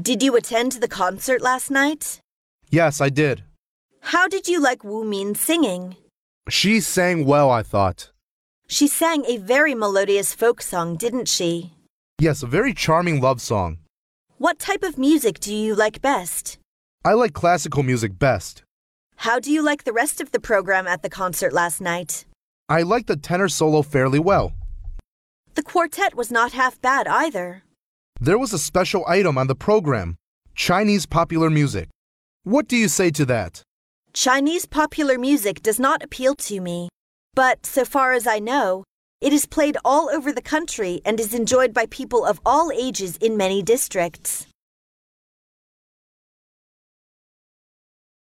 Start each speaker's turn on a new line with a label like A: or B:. A: Did you attend the concert last night?
B: Yes, I did.
A: How did you like Wu Min singing?
B: She sang well, I thought.
A: She sang a very melodious folk song, didn't she?
B: Yes, a very charming love song.
A: What type of music do you like best?
B: I like classical music best.
A: How do you like the rest of the program at the concert last night?
B: I like the tenor solo fairly well.
A: The quartet was not half bad either.
B: There was a special item on the program Chinese popular music. What do you say to that?
A: Chinese popular music does not appeal to me, but so far as I know, it is played all over the country and is enjoyed by people of all ages in many districts.